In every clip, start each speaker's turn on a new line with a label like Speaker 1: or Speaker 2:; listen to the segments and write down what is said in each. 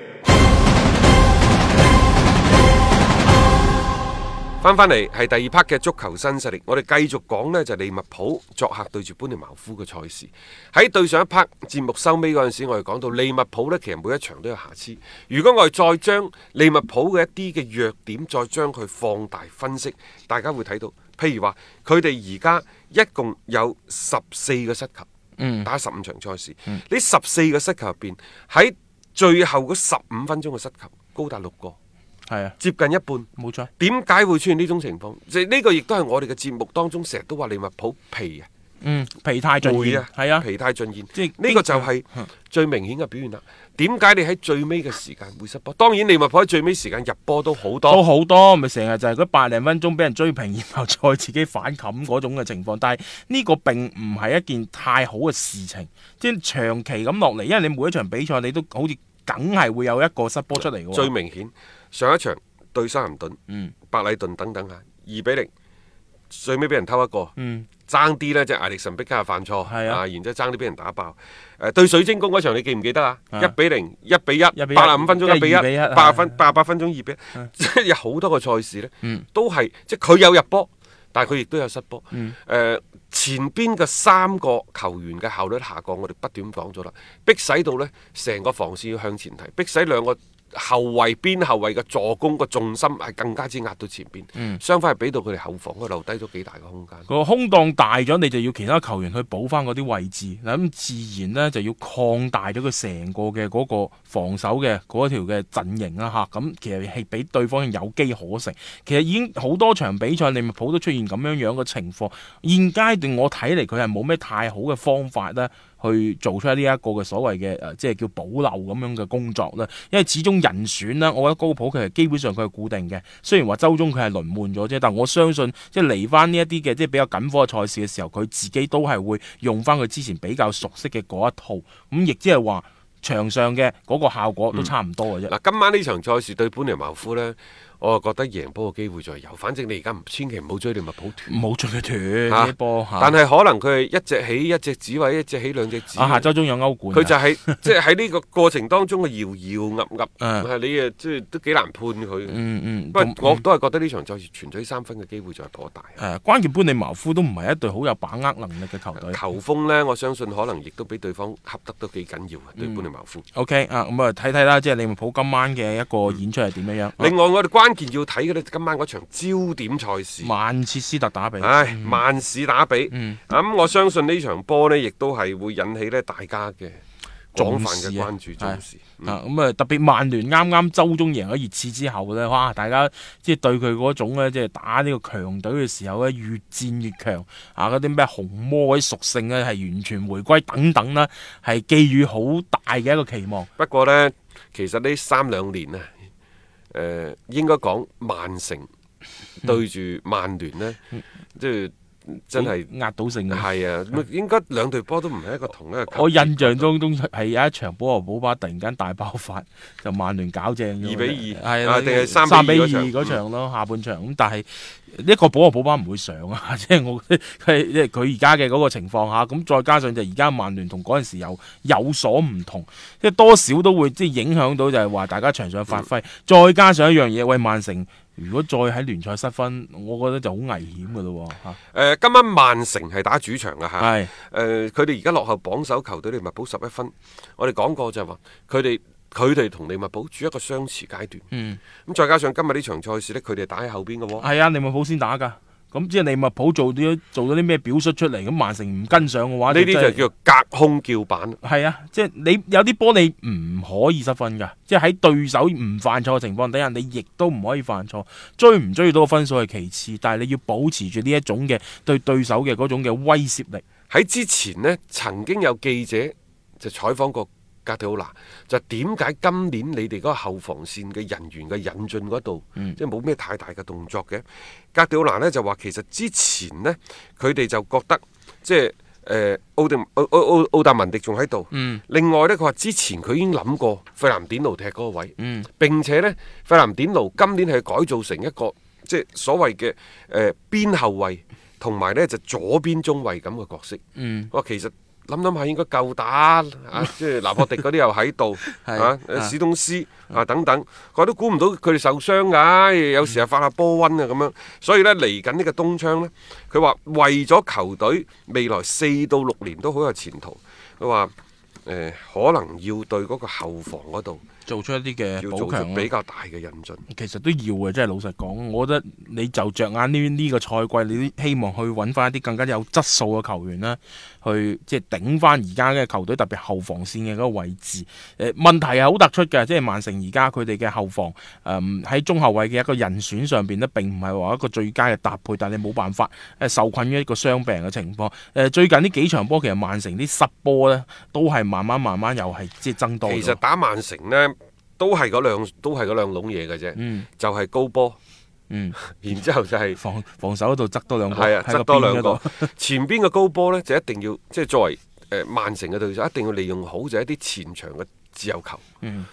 Speaker 1: 翻翻嚟係第二 part 嘅足球新勢力，我哋繼續講呢就利物浦作客對住般尼茅夫嘅賽事。喺對上一 part 節目收尾嗰陣時，我哋講到利物浦呢，其實每一場都有瑕疵。如果我哋再將利物浦嘅一啲嘅弱點，再將佢放大分析，大家會睇到，譬如話佢哋而家一共有十四個失球，打十五場賽事，呢十四個失球入邊，喺最後嗰十五分鐘嘅失球高達六個，
Speaker 2: 係啊，
Speaker 1: 接近一半。
Speaker 2: 冇錯。
Speaker 1: 點解會出現呢種情況？即係呢個亦都係我哋嘅節目當中成日都話利物浦疲啊、
Speaker 2: 嗯，疲態盡
Speaker 1: 攰
Speaker 2: 現
Speaker 1: 啊，，
Speaker 2: 係啊，
Speaker 1: 疲態盡現。
Speaker 2: 即係嗯
Speaker 1: 呢個就係最明顯嘅表現啦。點解你喺最尾嘅時間會失波？當然利物浦喺最尾時間入波都好
Speaker 2: 都
Speaker 1: 多，
Speaker 2: 好多，咪成日就係嗰百零分鐘俾人追平，然後再自己反冚嗰種嘅情況。但係呢個並唔係一件太好嘅事情，即係長期咁落嚟，因為你每一場比賽你都好似梗係會有一個失波出嚟嘅喎。
Speaker 1: 最明顯上一場對修咸頓、
Speaker 2: 嗯
Speaker 1: 白禮頓等等啊嚇，二比零，最尾俾人偷一個。
Speaker 2: 嗯
Speaker 1: 爭啲呢，即係艾力神逼加犯錯，
Speaker 2: 係啊
Speaker 1: 然之後爭啲俾人打爆。誒對水晶宮嗰場你記唔記得啊？
Speaker 2: 啊
Speaker 1: 一比零、一比
Speaker 2: 1比
Speaker 1: 一、
Speaker 2: 一
Speaker 1: 八十五分鐘一比
Speaker 2: 即係2比一
Speaker 1: 一、八十分
Speaker 2: 啊
Speaker 1: 八十八分鐘二比一，即係有好多個賽事呢，都係即係佢有入波，但係佢亦都有失波。誒前邊嘅三個球員嘅效率下降，我哋不斷咁講咗啦，逼使到呢成個防線要向前提，逼使兩個。後衞邊後衞嘅助攻個重心係更加之壓到前邊，相反係俾到佢哋後防嗰度留低咗幾大嘅空間。
Speaker 2: 個空檔大咗，你就要其他球員去補翻嗰啲位置，嗱咁自然呢，就要擴大咗佢成個嘅嗰個防守嘅嗰條嘅陣型啦吓，咁其實係俾對方有機可乘。其實已經好多場比賽利物浦都出現咁樣樣嘅情況。現階段我睇嚟佢係冇咩太好嘅方法咧，去做出呢一個嘅所謂嘅誒，即係叫補漏咁樣嘅工作啦。因為始終人選啦，我覺得高普其實基本上佢係固定嘅。雖然話周中佢係輪換咗啫，但我相信即係嚟翻呢一啲嘅即係比較緊火嘅賽事嘅時候，佢自己都係會用翻佢之前比較熟悉嘅嗰一套。咁亦即係話場上嘅嗰個效果都差唔多嘅啫。
Speaker 1: 嗯嗱，今晚呢場賽事對本尼茅夫呢，我覺得贏波嘅機會再有。反正你而家唔千祈唔好追利物浦團
Speaker 2: 冇追佢
Speaker 1: 嚇
Speaker 2: 斷呢波嚇，
Speaker 1: 但係可能佢係一隻起一隻止，或者一隻起兩隻止。
Speaker 2: 啊下周中有歐冠啊，
Speaker 1: 佢就係 即係喺呢個過程當中嘅搖搖噏噏，
Speaker 2: 嗯
Speaker 1: 係你誒即係都幾難判佢。
Speaker 2: 嗯嗯，
Speaker 1: 不過
Speaker 2: 同
Speaker 1: 我都係覺得呢場賽事全取三分嘅機會就係頗大。啊
Speaker 2: 誒、呃關鍵般尼茅夫都唔係一隊好有把握能力嘅球隊。
Speaker 1: 球風呢，我相信可能亦都俾對方恰得都幾緊要啊嘅，對本尼茅夫。
Speaker 2: OK 嗯啊，咁啊睇睇啦，即係利物浦今晚嘅一個演出係點樣樣。
Speaker 1: 嗯
Speaker 2: 啊
Speaker 1: 另外，我哋關鍵要睇嘅呢，今晚嗰場焦點賽事。
Speaker 2: 曼徹斯特打比，
Speaker 1: 唉，萬事打比，咁、
Speaker 2: 嗯
Speaker 1: 我相信呢場波呢，亦都係會引起呢大家嘅廣
Speaker 2: 重
Speaker 1: 泛
Speaker 2: 視
Speaker 1: 嘅
Speaker 2: 啊
Speaker 1: 關注重視。
Speaker 2: 啊，
Speaker 1: 嗯
Speaker 2: 咁啊特別曼聯啱啱周中贏咗熱刺之後咧，哇！大家即係對佢嗰種咧，即係打呢個強隊嘅時候咧，越戰越強啊！嗰啲咩紅魔嗰啲屬性咧，係完全回歸等等啦，係寄予好大嘅一個期望。
Speaker 1: 不過呢，其實呢三兩年啊，誒、應該講曼城
Speaker 2: 嗯
Speaker 1: 對住曼聯呢，即係真係
Speaker 2: 好壓倒性嘅。
Speaker 1: 係啊，咁應該兩隊波都唔係一個同一個級別。
Speaker 2: 嗯我印象當中係有一場保羅保巴突然間大爆發，就曼聯搞正咗
Speaker 1: 2比2
Speaker 2: 係
Speaker 1: 啊定係3
Speaker 2: 三比
Speaker 1: 比
Speaker 2: 二
Speaker 1: 2嗰場嗯
Speaker 2: 嗰場咯，下半場咁，但係呢個保羅保巴唔會上啊， 即係我佢即係佢而家嘅嗰個情況下，咁再加上就而家曼聯同嗰陣時有有所唔同，即係多少都會即係影響到就係話大家場上發
Speaker 1: 嗯
Speaker 2: 揮，再加上一樣嘢，喂曼城如果再喺聯賽失分，我覺得就好危險噶咯喎嚇，
Speaker 1: 誒、呃今晚曼城係打主場嘅嚇。
Speaker 2: 係
Speaker 1: 誒，佢哋而家落後榜首球隊利物浦十一分。我哋講過就係話，佢哋佢哋同利物浦處於一個相持階段。咁、
Speaker 2: 嗯
Speaker 1: 再加上今日呢場賽事呢，佢哋係打喺後邊嘅喎。
Speaker 2: 啊係啊，利物浦先打㗎。咁即係利物浦做咗做咗啲咩表率出嚟，咁曼城唔跟上嘅話，
Speaker 1: 呢啲就
Speaker 2: 啊真係
Speaker 1: 叫隔空叫板。
Speaker 2: 係啊，即係你有啲波你唔可以失分㗎，即係喺對手唔犯錯嘅情況底下，你亦都唔可以犯錯。追唔追到個分數係其次，但係你要保持住呢一種嘅對對手嘅嗰種嘅威脅力。
Speaker 1: 喺之前呢，曾經有記者就採訪過格迪奧拿，就點解今年你哋嗰個後防線嘅人員嘅引進嗰度，即係冇咩太大嘅動作嘅。格迪奧拿呢就話其實之前呢，佢哋就覺得即係。誒奧迪奧奧奧奧達文迪仲喺度，另外呢，佢話之前佢已經諗過費南典奴踢嗰個位，並且呢，費南典奴今年係改造成一個即係所謂嘅誒、呃、邊後衞，同埋呢就左邊中衞咁嘅角色。
Speaker 2: 嗯，
Speaker 1: 我話其實諗諗下應該夠打 啊，即係拿破迪嗰啲又喺度
Speaker 2: 係
Speaker 1: 啊，
Speaker 2: 啊
Speaker 1: 史東斯啊等等，我都估唔到佢哋受傷㗎，有時又發下波温啊咁樣，所以呢，嚟緊呢個冬窗呢，佢話為咗球隊未來四到六年都好有前途，佢話。誒、可能要對嗰個後防嗰度
Speaker 2: 做出一啲嘅
Speaker 1: 要做
Speaker 2: 補
Speaker 1: 出
Speaker 2: 強咯
Speaker 1: 比較大嘅引進，
Speaker 2: 其實都要嘅，即係老實講，我覺得你就着眼呢呢個賽季，你都希望去揾翻一啲更加有質素嘅球員啦，去即係頂翻而家嘅球隊，特別後防線嘅嗰個位置。誒、問題係好突出嘅，即係曼城而家佢哋嘅後防，誒、喺中後衞嘅一個人選上邊呢，並唔係話一個最佳嘅搭配，但係你冇辦法誒受困於一個傷病嘅情況。誒、最近呢幾場波，其實曼城啲失波呢，都係慢慢慢慢又係即係增多咗。
Speaker 1: 其實打曼城呢，都係嗰兩都係嗰兩籠嘢嘅啫，
Speaker 2: 嗯
Speaker 1: 就係高波，
Speaker 2: 嗯，
Speaker 1: 然之後就係
Speaker 2: 防防守嗰度側多兩個，
Speaker 1: 係啊，
Speaker 2: 喺個
Speaker 1: 側多
Speaker 2: 邊嗰
Speaker 1: 兩
Speaker 2: 度
Speaker 1: 個。前邊嘅高波呢，就一定要即係作為誒、呃曼城嘅對手，一定要利用好就係一啲前場嘅自由球、
Speaker 2: 嗯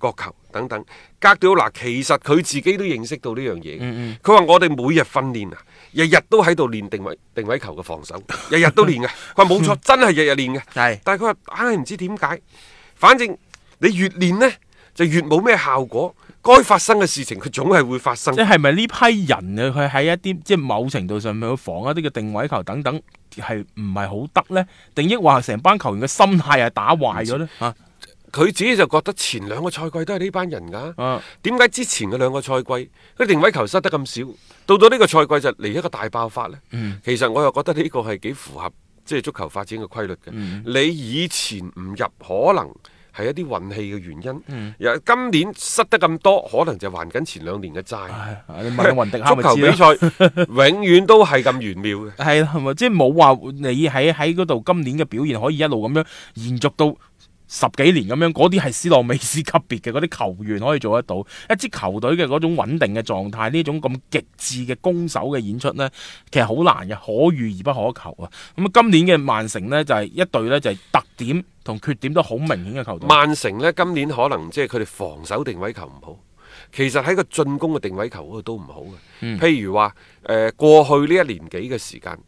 Speaker 1: 角球等等。格調嗱，其實佢自己都認識到呢樣嘢嘅。
Speaker 2: 嗯
Speaker 1: 佢話我哋每日訓練啊，日日都喺度練定位定位球嘅防 守，日日都練嘅。佢話冇錯，真係日日練嘅。
Speaker 2: 嗯係
Speaker 1: 但係佢話硬係唔知點解，反正你越練呢，就越冇咩效果。該發生嘅事情，佢總係會發生
Speaker 2: 即。係咪呢批人啊？佢喺一啲即係某程度上面去防一啲嘅定位球等等，係唔係好得呢？定抑或成班球員嘅心態係打壞咗呢？啊
Speaker 1: 佢自己就覺得前兩個賽季都係呢班人㗎。
Speaker 2: 啊
Speaker 1: 點解之前嘅兩個賽季佢定位球失得咁少，到咗呢個賽季就嚟一個大爆發呢？
Speaker 2: 嗯
Speaker 1: 其實我又覺得呢個係幾符合即係足球發展嘅規律嘅。
Speaker 2: 嗯
Speaker 1: 你以前唔入，可能係一啲運氣嘅原因。
Speaker 2: 嗯
Speaker 1: 又今年失得咁多，可能就還緊前兩年嘅債。
Speaker 2: 唉啊你問阿雲迪克
Speaker 1: 足球
Speaker 2: 咪
Speaker 1: 比
Speaker 2: 知咯？
Speaker 1: 賽永遠都係咁玄妙嘅。
Speaker 2: 係啦，係咪即係冇話你喺喺嗰度今年嘅表現可以一路咁樣延續到十幾年咁樣，嗰啲係斯洛美斯級別嘅嗰啲球員可以做得到。一支球隊嘅嗰種穩定嘅狀態，呢種咁極致嘅攻守嘅演出呢，其實好難嘅，可遇而不可求啊！咁啊，今年嘅曼城呢，就係、一隊呢，就係、特點同缺點都好明顯嘅球隊。
Speaker 1: 曼城呢，今年可能即係佢哋防守定位球唔好，其實喺個進攻嘅定位球嗰度都唔好嘅。
Speaker 2: 嗯
Speaker 1: 譬如話誒、呃，過去呢一年幾嘅時間，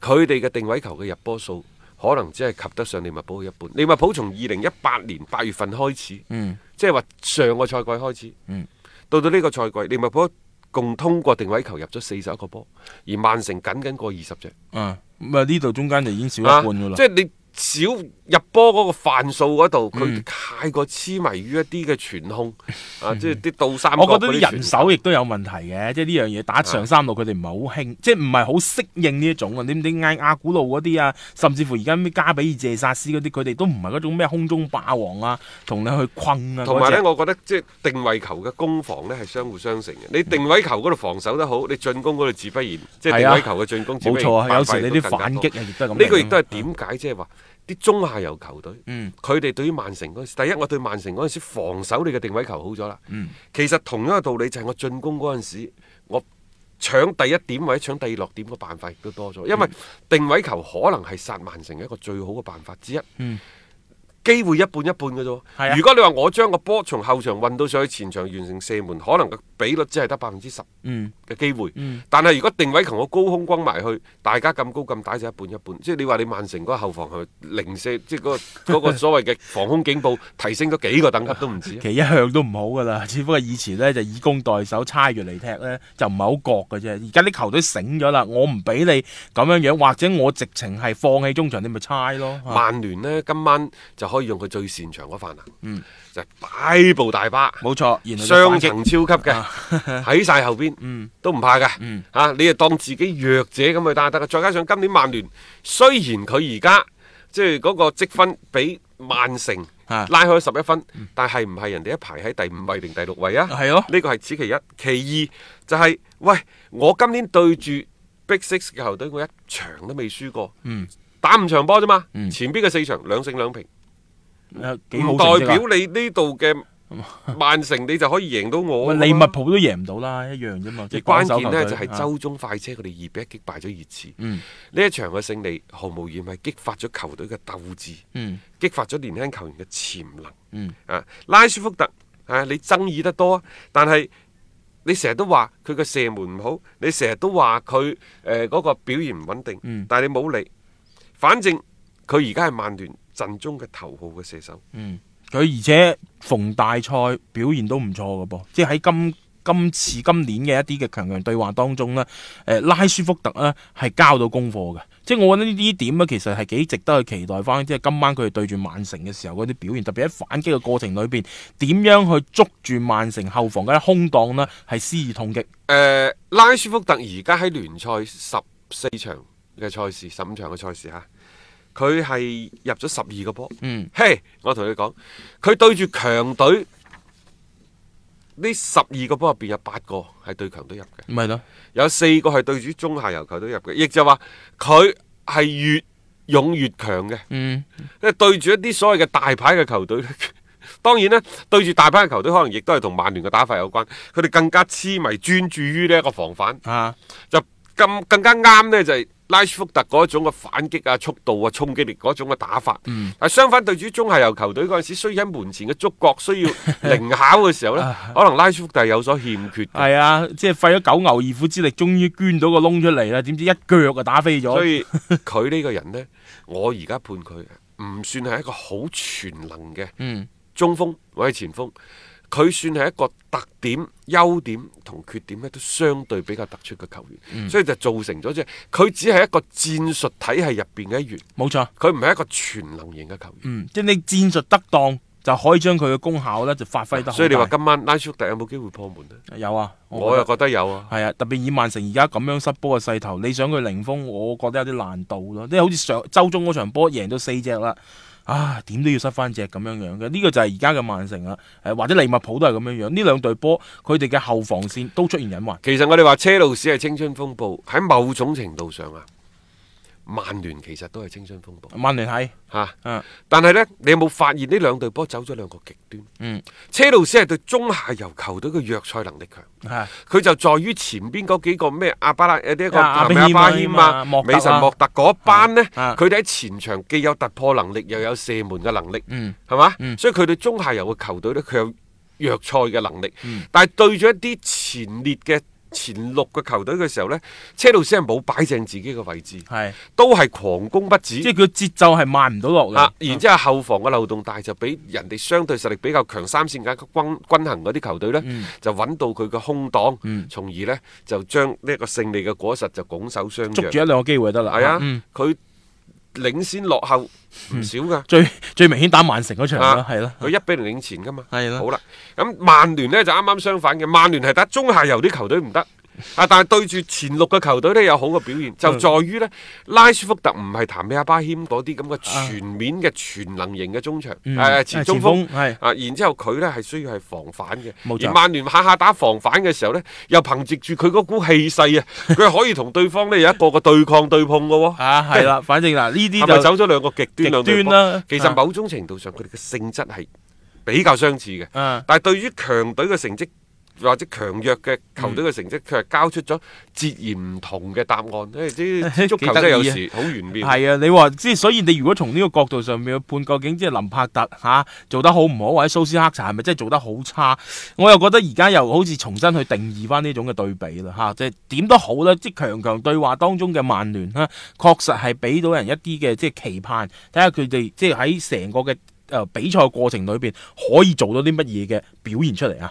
Speaker 1: 佢哋嘅定位球嘅入波數可能只係及得上利物浦嘅一半。利物浦從二零一八年八月份開始，
Speaker 2: 嗯
Speaker 1: 即係話上個賽季開始，
Speaker 2: 嗯
Speaker 1: 到到呢個賽季，利物浦共通過定位球入咗四十一個波，而曼城僅僅過二十隻。
Speaker 2: 啊，咁啊呢度中間就已經少一半噶啦。
Speaker 1: 啊即係你少入波嗰個犯數嗰度，
Speaker 2: 嗯
Speaker 1: 佢太過痴迷於一啲嘅傳控 啊，即係啲倒三角
Speaker 2: 我覺
Speaker 1: 嗰
Speaker 2: 得
Speaker 1: 啲
Speaker 2: 啲人手
Speaker 1: 傳
Speaker 2: 亦都有問題嘅，即係呢樣嘢打上三路佢哋唔係好
Speaker 1: 嗯
Speaker 2: 興，即係唔係好適應呢一種啊？你唔知嗌阿古路嗰啲啊，甚至乎而家咩加比爾謝薩斯嗰啲，佢哋都唔係嗰種咩空中霸王啊，同你去困啊
Speaker 1: 同埋呢，
Speaker 2: 嗰隻
Speaker 1: 我覺得即係定位球嘅攻防呢係相互相成嘅。你定位球嗰度防守得好，你進攻嗰度自不然，即係
Speaker 2: 係
Speaker 1: 定
Speaker 2: 啊
Speaker 1: 位球嘅進攻自不
Speaker 2: 冇
Speaker 1: 然
Speaker 2: 錯啊，有
Speaker 1: 犯
Speaker 2: 時
Speaker 1: 規
Speaker 2: 你
Speaker 1: 都
Speaker 2: 啲
Speaker 1: 更加
Speaker 2: 反
Speaker 1: 多
Speaker 2: 擊啊，亦都係咁樣。
Speaker 1: 呢個亦都係點解即係話啲中下游球隊，
Speaker 2: 嗯
Speaker 1: 佢哋對於曼城嗰陣時，第一我對曼城嗰陣時防守你嘅定位球好咗啦。
Speaker 2: 嗯
Speaker 1: 其實同樣嘅道理就係我進攻嗰陣時，我搶第一點或者搶第二落點嘅辦法亦都
Speaker 2: 嗯
Speaker 1: 多咗，因為定位球可能係殺曼城一個最好嘅辦法之一。
Speaker 2: 嗯
Speaker 1: 機會一半一半嘅啫
Speaker 2: 係啊
Speaker 1: 喎，如果你話我將個波從後場運到上去前場完成射門，可能個比率只係得百分之十。
Speaker 2: 嗯
Speaker 1: 嘅機會，
Speaker 2: 嗯
Speaker 1: 但係如果定位球我高空轟埋去，大家咁高咁大就一半一半，即係你話你曼城嗰個後防係咪零舍，即係嗰、個嗰個所謂嘅防空警報提升咗幾個等級都唔止啊。
Speaker 2: 其實一向都唔好噶啦， 只不過以前呢就以攻代守，猜住嚟踢呢就唔係好覺嘅啫。而家啲球隊醒咗啦，我唔俾你咁樣樣，或者我直情係放棄中場，你咪猜咯。啊
Speaker 1: 曼聯呢，今晚就可以用佢最擅長嗰範啊，
Speaker 2: 嗯
Speaker 1: 就係擺部大巴。
Speaker 2: 冇錯，然後就
Speaker 1: 雙
Speaker 2: 反擊啊嗯
Speaker 1: 層超級嘅 喺晒後邊，都唔怕嘅。啊，你就當自己弱者咁去打得嘅。再加上今年曼聯雖然佢而家即係嗰個積分比曼城
Speaker 2: 啊
Speaker 1: 拉開十一分，但係唔係人哋一排喺第五位定第六位啊？
Speaker 2: 係咯
Speaker 1: 呢個係此其一。其二就係、喂，我今年對住 Big Six 嘅球隊，我一場都未輸過。
Speaker 2: 嗯
Speaker 1: 打五場波啫嘛，前邊嘅四場兩勝兩平。
Speaker 2: 誒嗯幾好
Speaker 1: 唔
Speaker 2: 成
Speaker 1: 代
Speaker 2: 績啊
Speaker 1: 表你呢度嘅 曼城你就可以贏到我
Speaker 2: 喂
Speaker 1: 㗎嘛。
Speaker 2: 利物浦都贏唔到啦，一樣啫嘛。即係
Speaker 1: 啊關
Speaker 2: 關手
Speaker 1: 鍵
Speaker 2: 球
Speaker 1: 呢，
Speaker 2: 隊
Speaker 1: 就係
Speaker 2: 啊
Speaker 1: 周中快車佢哋二比一擊敗咗熱刺。
Speaker 2: 嗯
Speaker 1: 呢一場嘅勝利毫無疑問係激發咗球隊嘅鬥志，
Speaker 2: 嗯
Speaker 1: 激發咗年輕球員嘅潛能。
Speaker 2: 嗯
Speaker 1: 啊，拉舒福特啊，你爭議得多，但係你成日都話佢個射門唔好，你成日都話佢誒嗰個表現唔穩定，
Speaker 2: 嗯
Speaker 1: 但係你冇理，反正佢而家係曼聯陣中嘅頭號嘅射手。
Speaker 2: 嗯，佢而且逢大賽表現都唔錯嘅噃，即係喺今。今次今年嘅一啲嘅強強對話當中呢，誒、拉舒福特呢係交到功課嘅，即係我覺得呢啲點呢，其實係幾值得去期待翻，即係今晚佢哋對住曼城嘅時候嗰啲表現，特別喺反擊嘅過程裏邊，點樣去捉住曼城後防嘅空檔呢？係施以痛擊。
Speaker 1: 誒、呃拉舒福特而家喺聯賽十四場嘅賽事，十五場嘅賽事嚇，佢係入咗十二個波。
Speaker 2: 嗯，
Speaker 1: 嘿我同你講，佢對住強隊呢十二個波入邊有八個係對強隊入嘅，
Speaker 2: 咪咯，
Speaker 1: 有四個係對住中下游球隊入嘅，亦就話佢係越勇越強嘅。
Speaker 2: 嗯，
Speaker 1: 即係對住一啲所謂嘅大牌嘅球隊咧， 當然咧對住大牌嘅球隊，可能亦都係同曼聯嘅打法有關，佢哋更加痴迷專注於呢一個防反。
Speaker 2: 啊，
Speaker 1: 就咁更加啱呢，就係、拉舒福特嗰種嘅反擊啊、速度啊、衝擊力嗰種嘅打法。
Speaker 2: 嗯
Speaker 1: 但相反對住中下游球隊嗰陣時，需要喺門前嘅觸角需要靈巧嘅時候呢，可能拉舒福特係有所欠缺嘅。
Speaker 2: 啊係啊，即係費咗九牛二虎之力，終於捐到個窿出嚟啦，點知一腳就打飛咗。
Speaker 1: 所以佢呢個人呢，我而家判佢唔算係一個好全能嘅
Speaker 2: 嗯
Speaker 1: 中鋒或者前鋒，佢算係一個特點、優點同缺點咧都相對比較突出嘅球員，
Speaker 2: 嗯
Speaker 1: 所以就造成咗即係佢只係一個戰術體系入邊嘅一員。
Speaker 2: 冇錯，
Speaker 1: 佢唔係一個全能型嘅球員，
Speaker 2: 嗯，即係你戰術得當，就可以將佢嘅功效咧就發揮得好大。
Speaker 1: 所以你話今晚拉舒特有冇機會破門咧？
Speaker 2: 有啊，
Speaker 1: 我又覺得有啊。
Speaker 2: 係啊，特別以曼城而家咁樣失波嘅勢頭，你想佢零封，我覺得有啲難度咯。即係好似上周中嗰場波贏咗四隻啦，啊點都要失翻隻咁樣樣嘅。呢、個就係而家嘅曼城啦，啊誒或者利物浦都係咁樣樣。呢兩隊波佢哋嘅後防線都出現隱患。
Speaker 1: 其實我哋話車路士係青春風暴，喺某種程度上啊，曼聯其實都係青春風暴
Speaker 2: 曼聯係，
Speaker 1: 嚇。
Speaker 2: 嗯
Speaker 1: 但係呢，你有冇發現呢兩隊波走咗兩個極端？
Speaker 2: 嗯，
Speaker 1: 車路士係對中下游球隊嘅弱賽能力強。
Speaker 2: 係
Speaker 1: 佢就在於前邊嗰幾個咩阿巴拉呃誒呢一個
Speaker 2: 啊阿
Speaker 1: 係咪阿
Speaker 2: 比謙啊
Speaker 1: 巴
Speaker 2: 啊
Speaker 1: 謙
Speaker 2: 莫
Speaker 1: 啊、
Speaker 2: 特啊
Speaker 1: 美神莫特嗰班呢，
Speaker 2: 啊
Speaker 1: 佢哋喺前場既有突破能力，又有射門嘅能力，
Speaker 2: 嗯
Speaker 1: 係嘛？
Speaker 2: 嗯
Speaker 1: 所以佢對中下游嘅球隊呢，佢有弱賽嘅能力，
Speaker 2: 嗯
Speaker 1: 但係對住一啲前列嘅前六嘅球隊嘅時候呢，車路士係冇擺正自己嘅位置，
Speaker 2: 係，
Speaker 1: 都係狂攻不止。
Speaker 2: 即係佢節奏係慢唔到落嚟。
Speaker 1: 啊！然之後後防嘅漏洞大，就俾人哋相對實力比較強三線間均均衡嗰啲球隊呢，
Speaker 2: 嗯
Speaker 1: 就揾到佢嘅空檔，從而呢就將呢一個勝利嘅果實就拱手相
Speaker 2: 捉
Speaker 1: 讓。
Speaker 2: 住一兩個機會就得啦。
Speaker 1: 係啊
Speaker 2: 嗯，
Speaker 1: 佢、領先落後唔少噶。
Speaker 2: 最最明顯打曼城嗰場啦，係啦，
Speaker 1: 啊佢一比零領前噶嘛，
Speaker 2: 係啦
Speaker 1: 好啦，咁曼聯呢就啱啱相反嘅，曼聯係打中下游啲球隊唔得，啊，但係對住前六嘅球隊呢有好嘅表現，
Speaker 2: 嗯
Speaker 1: 就在於呢，拉舒福特唔係譚美阿巴謙嗰啲咁嘅全面嘅全能型嘅中場，誒、
Speaker 2: 啊嗯
Speaker 1: 前
Speaker 2: 啊
Speaker 1: 中
Speaker 2: 前鋒
Speaker 1: 鋒
Speaker 2: 係
Speaker 1: 啊，然之後佢呢係需要係防反嘅，
Speaker 2: 冇錯
Speaker 1: 而曼聯下下打防反嘅時候呢，又憑藉住佢嗰股氣勢啊，佢可以同對方呢有一個個對抗對碰嘅喎。
Speaker 2: 啊係啦，反正嗱呢啲
Speaker 1: 係咪
Speaker 2: 就
Speaker 1: 走咗兩個極端兩隊
Speaker 2: 極
Speaker 1: 波
Speaker 2: 端啦
Speaker 1: 其
Speaker 2: 啊
Speaker 1: 實某種程度上，佢哋嘅性質係比較相似嘅。
Speaker 2: 啊
Speaker 1: 但係對於強隊嘅成績或者強弱嘅球隊嘅成績，佢係交出咗截然唔同嘅答案。誒，啲足球真係有
Speaker 2: 幾
Speaker 1: 時好玄妙。
Speaker 2: 係啊，你話即係所以你如果從呢個角度上面去判，究竟即係林柏特吓、做得好唔好，或者蘇斯克查係咪真係做得好差？我又覺得而家又好似重新去定義翻呢種嘅對比啦吓、即係點都好啦，即係強強對話當中嘅曼聯吓，確實係俾到人一啲嘅即係期盼，睇下佢哋即係喺成個嘅。誒、比賽過程裏邊可以做到啲乜嘢嘅表現出嚟啊！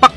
Speaker 1: 北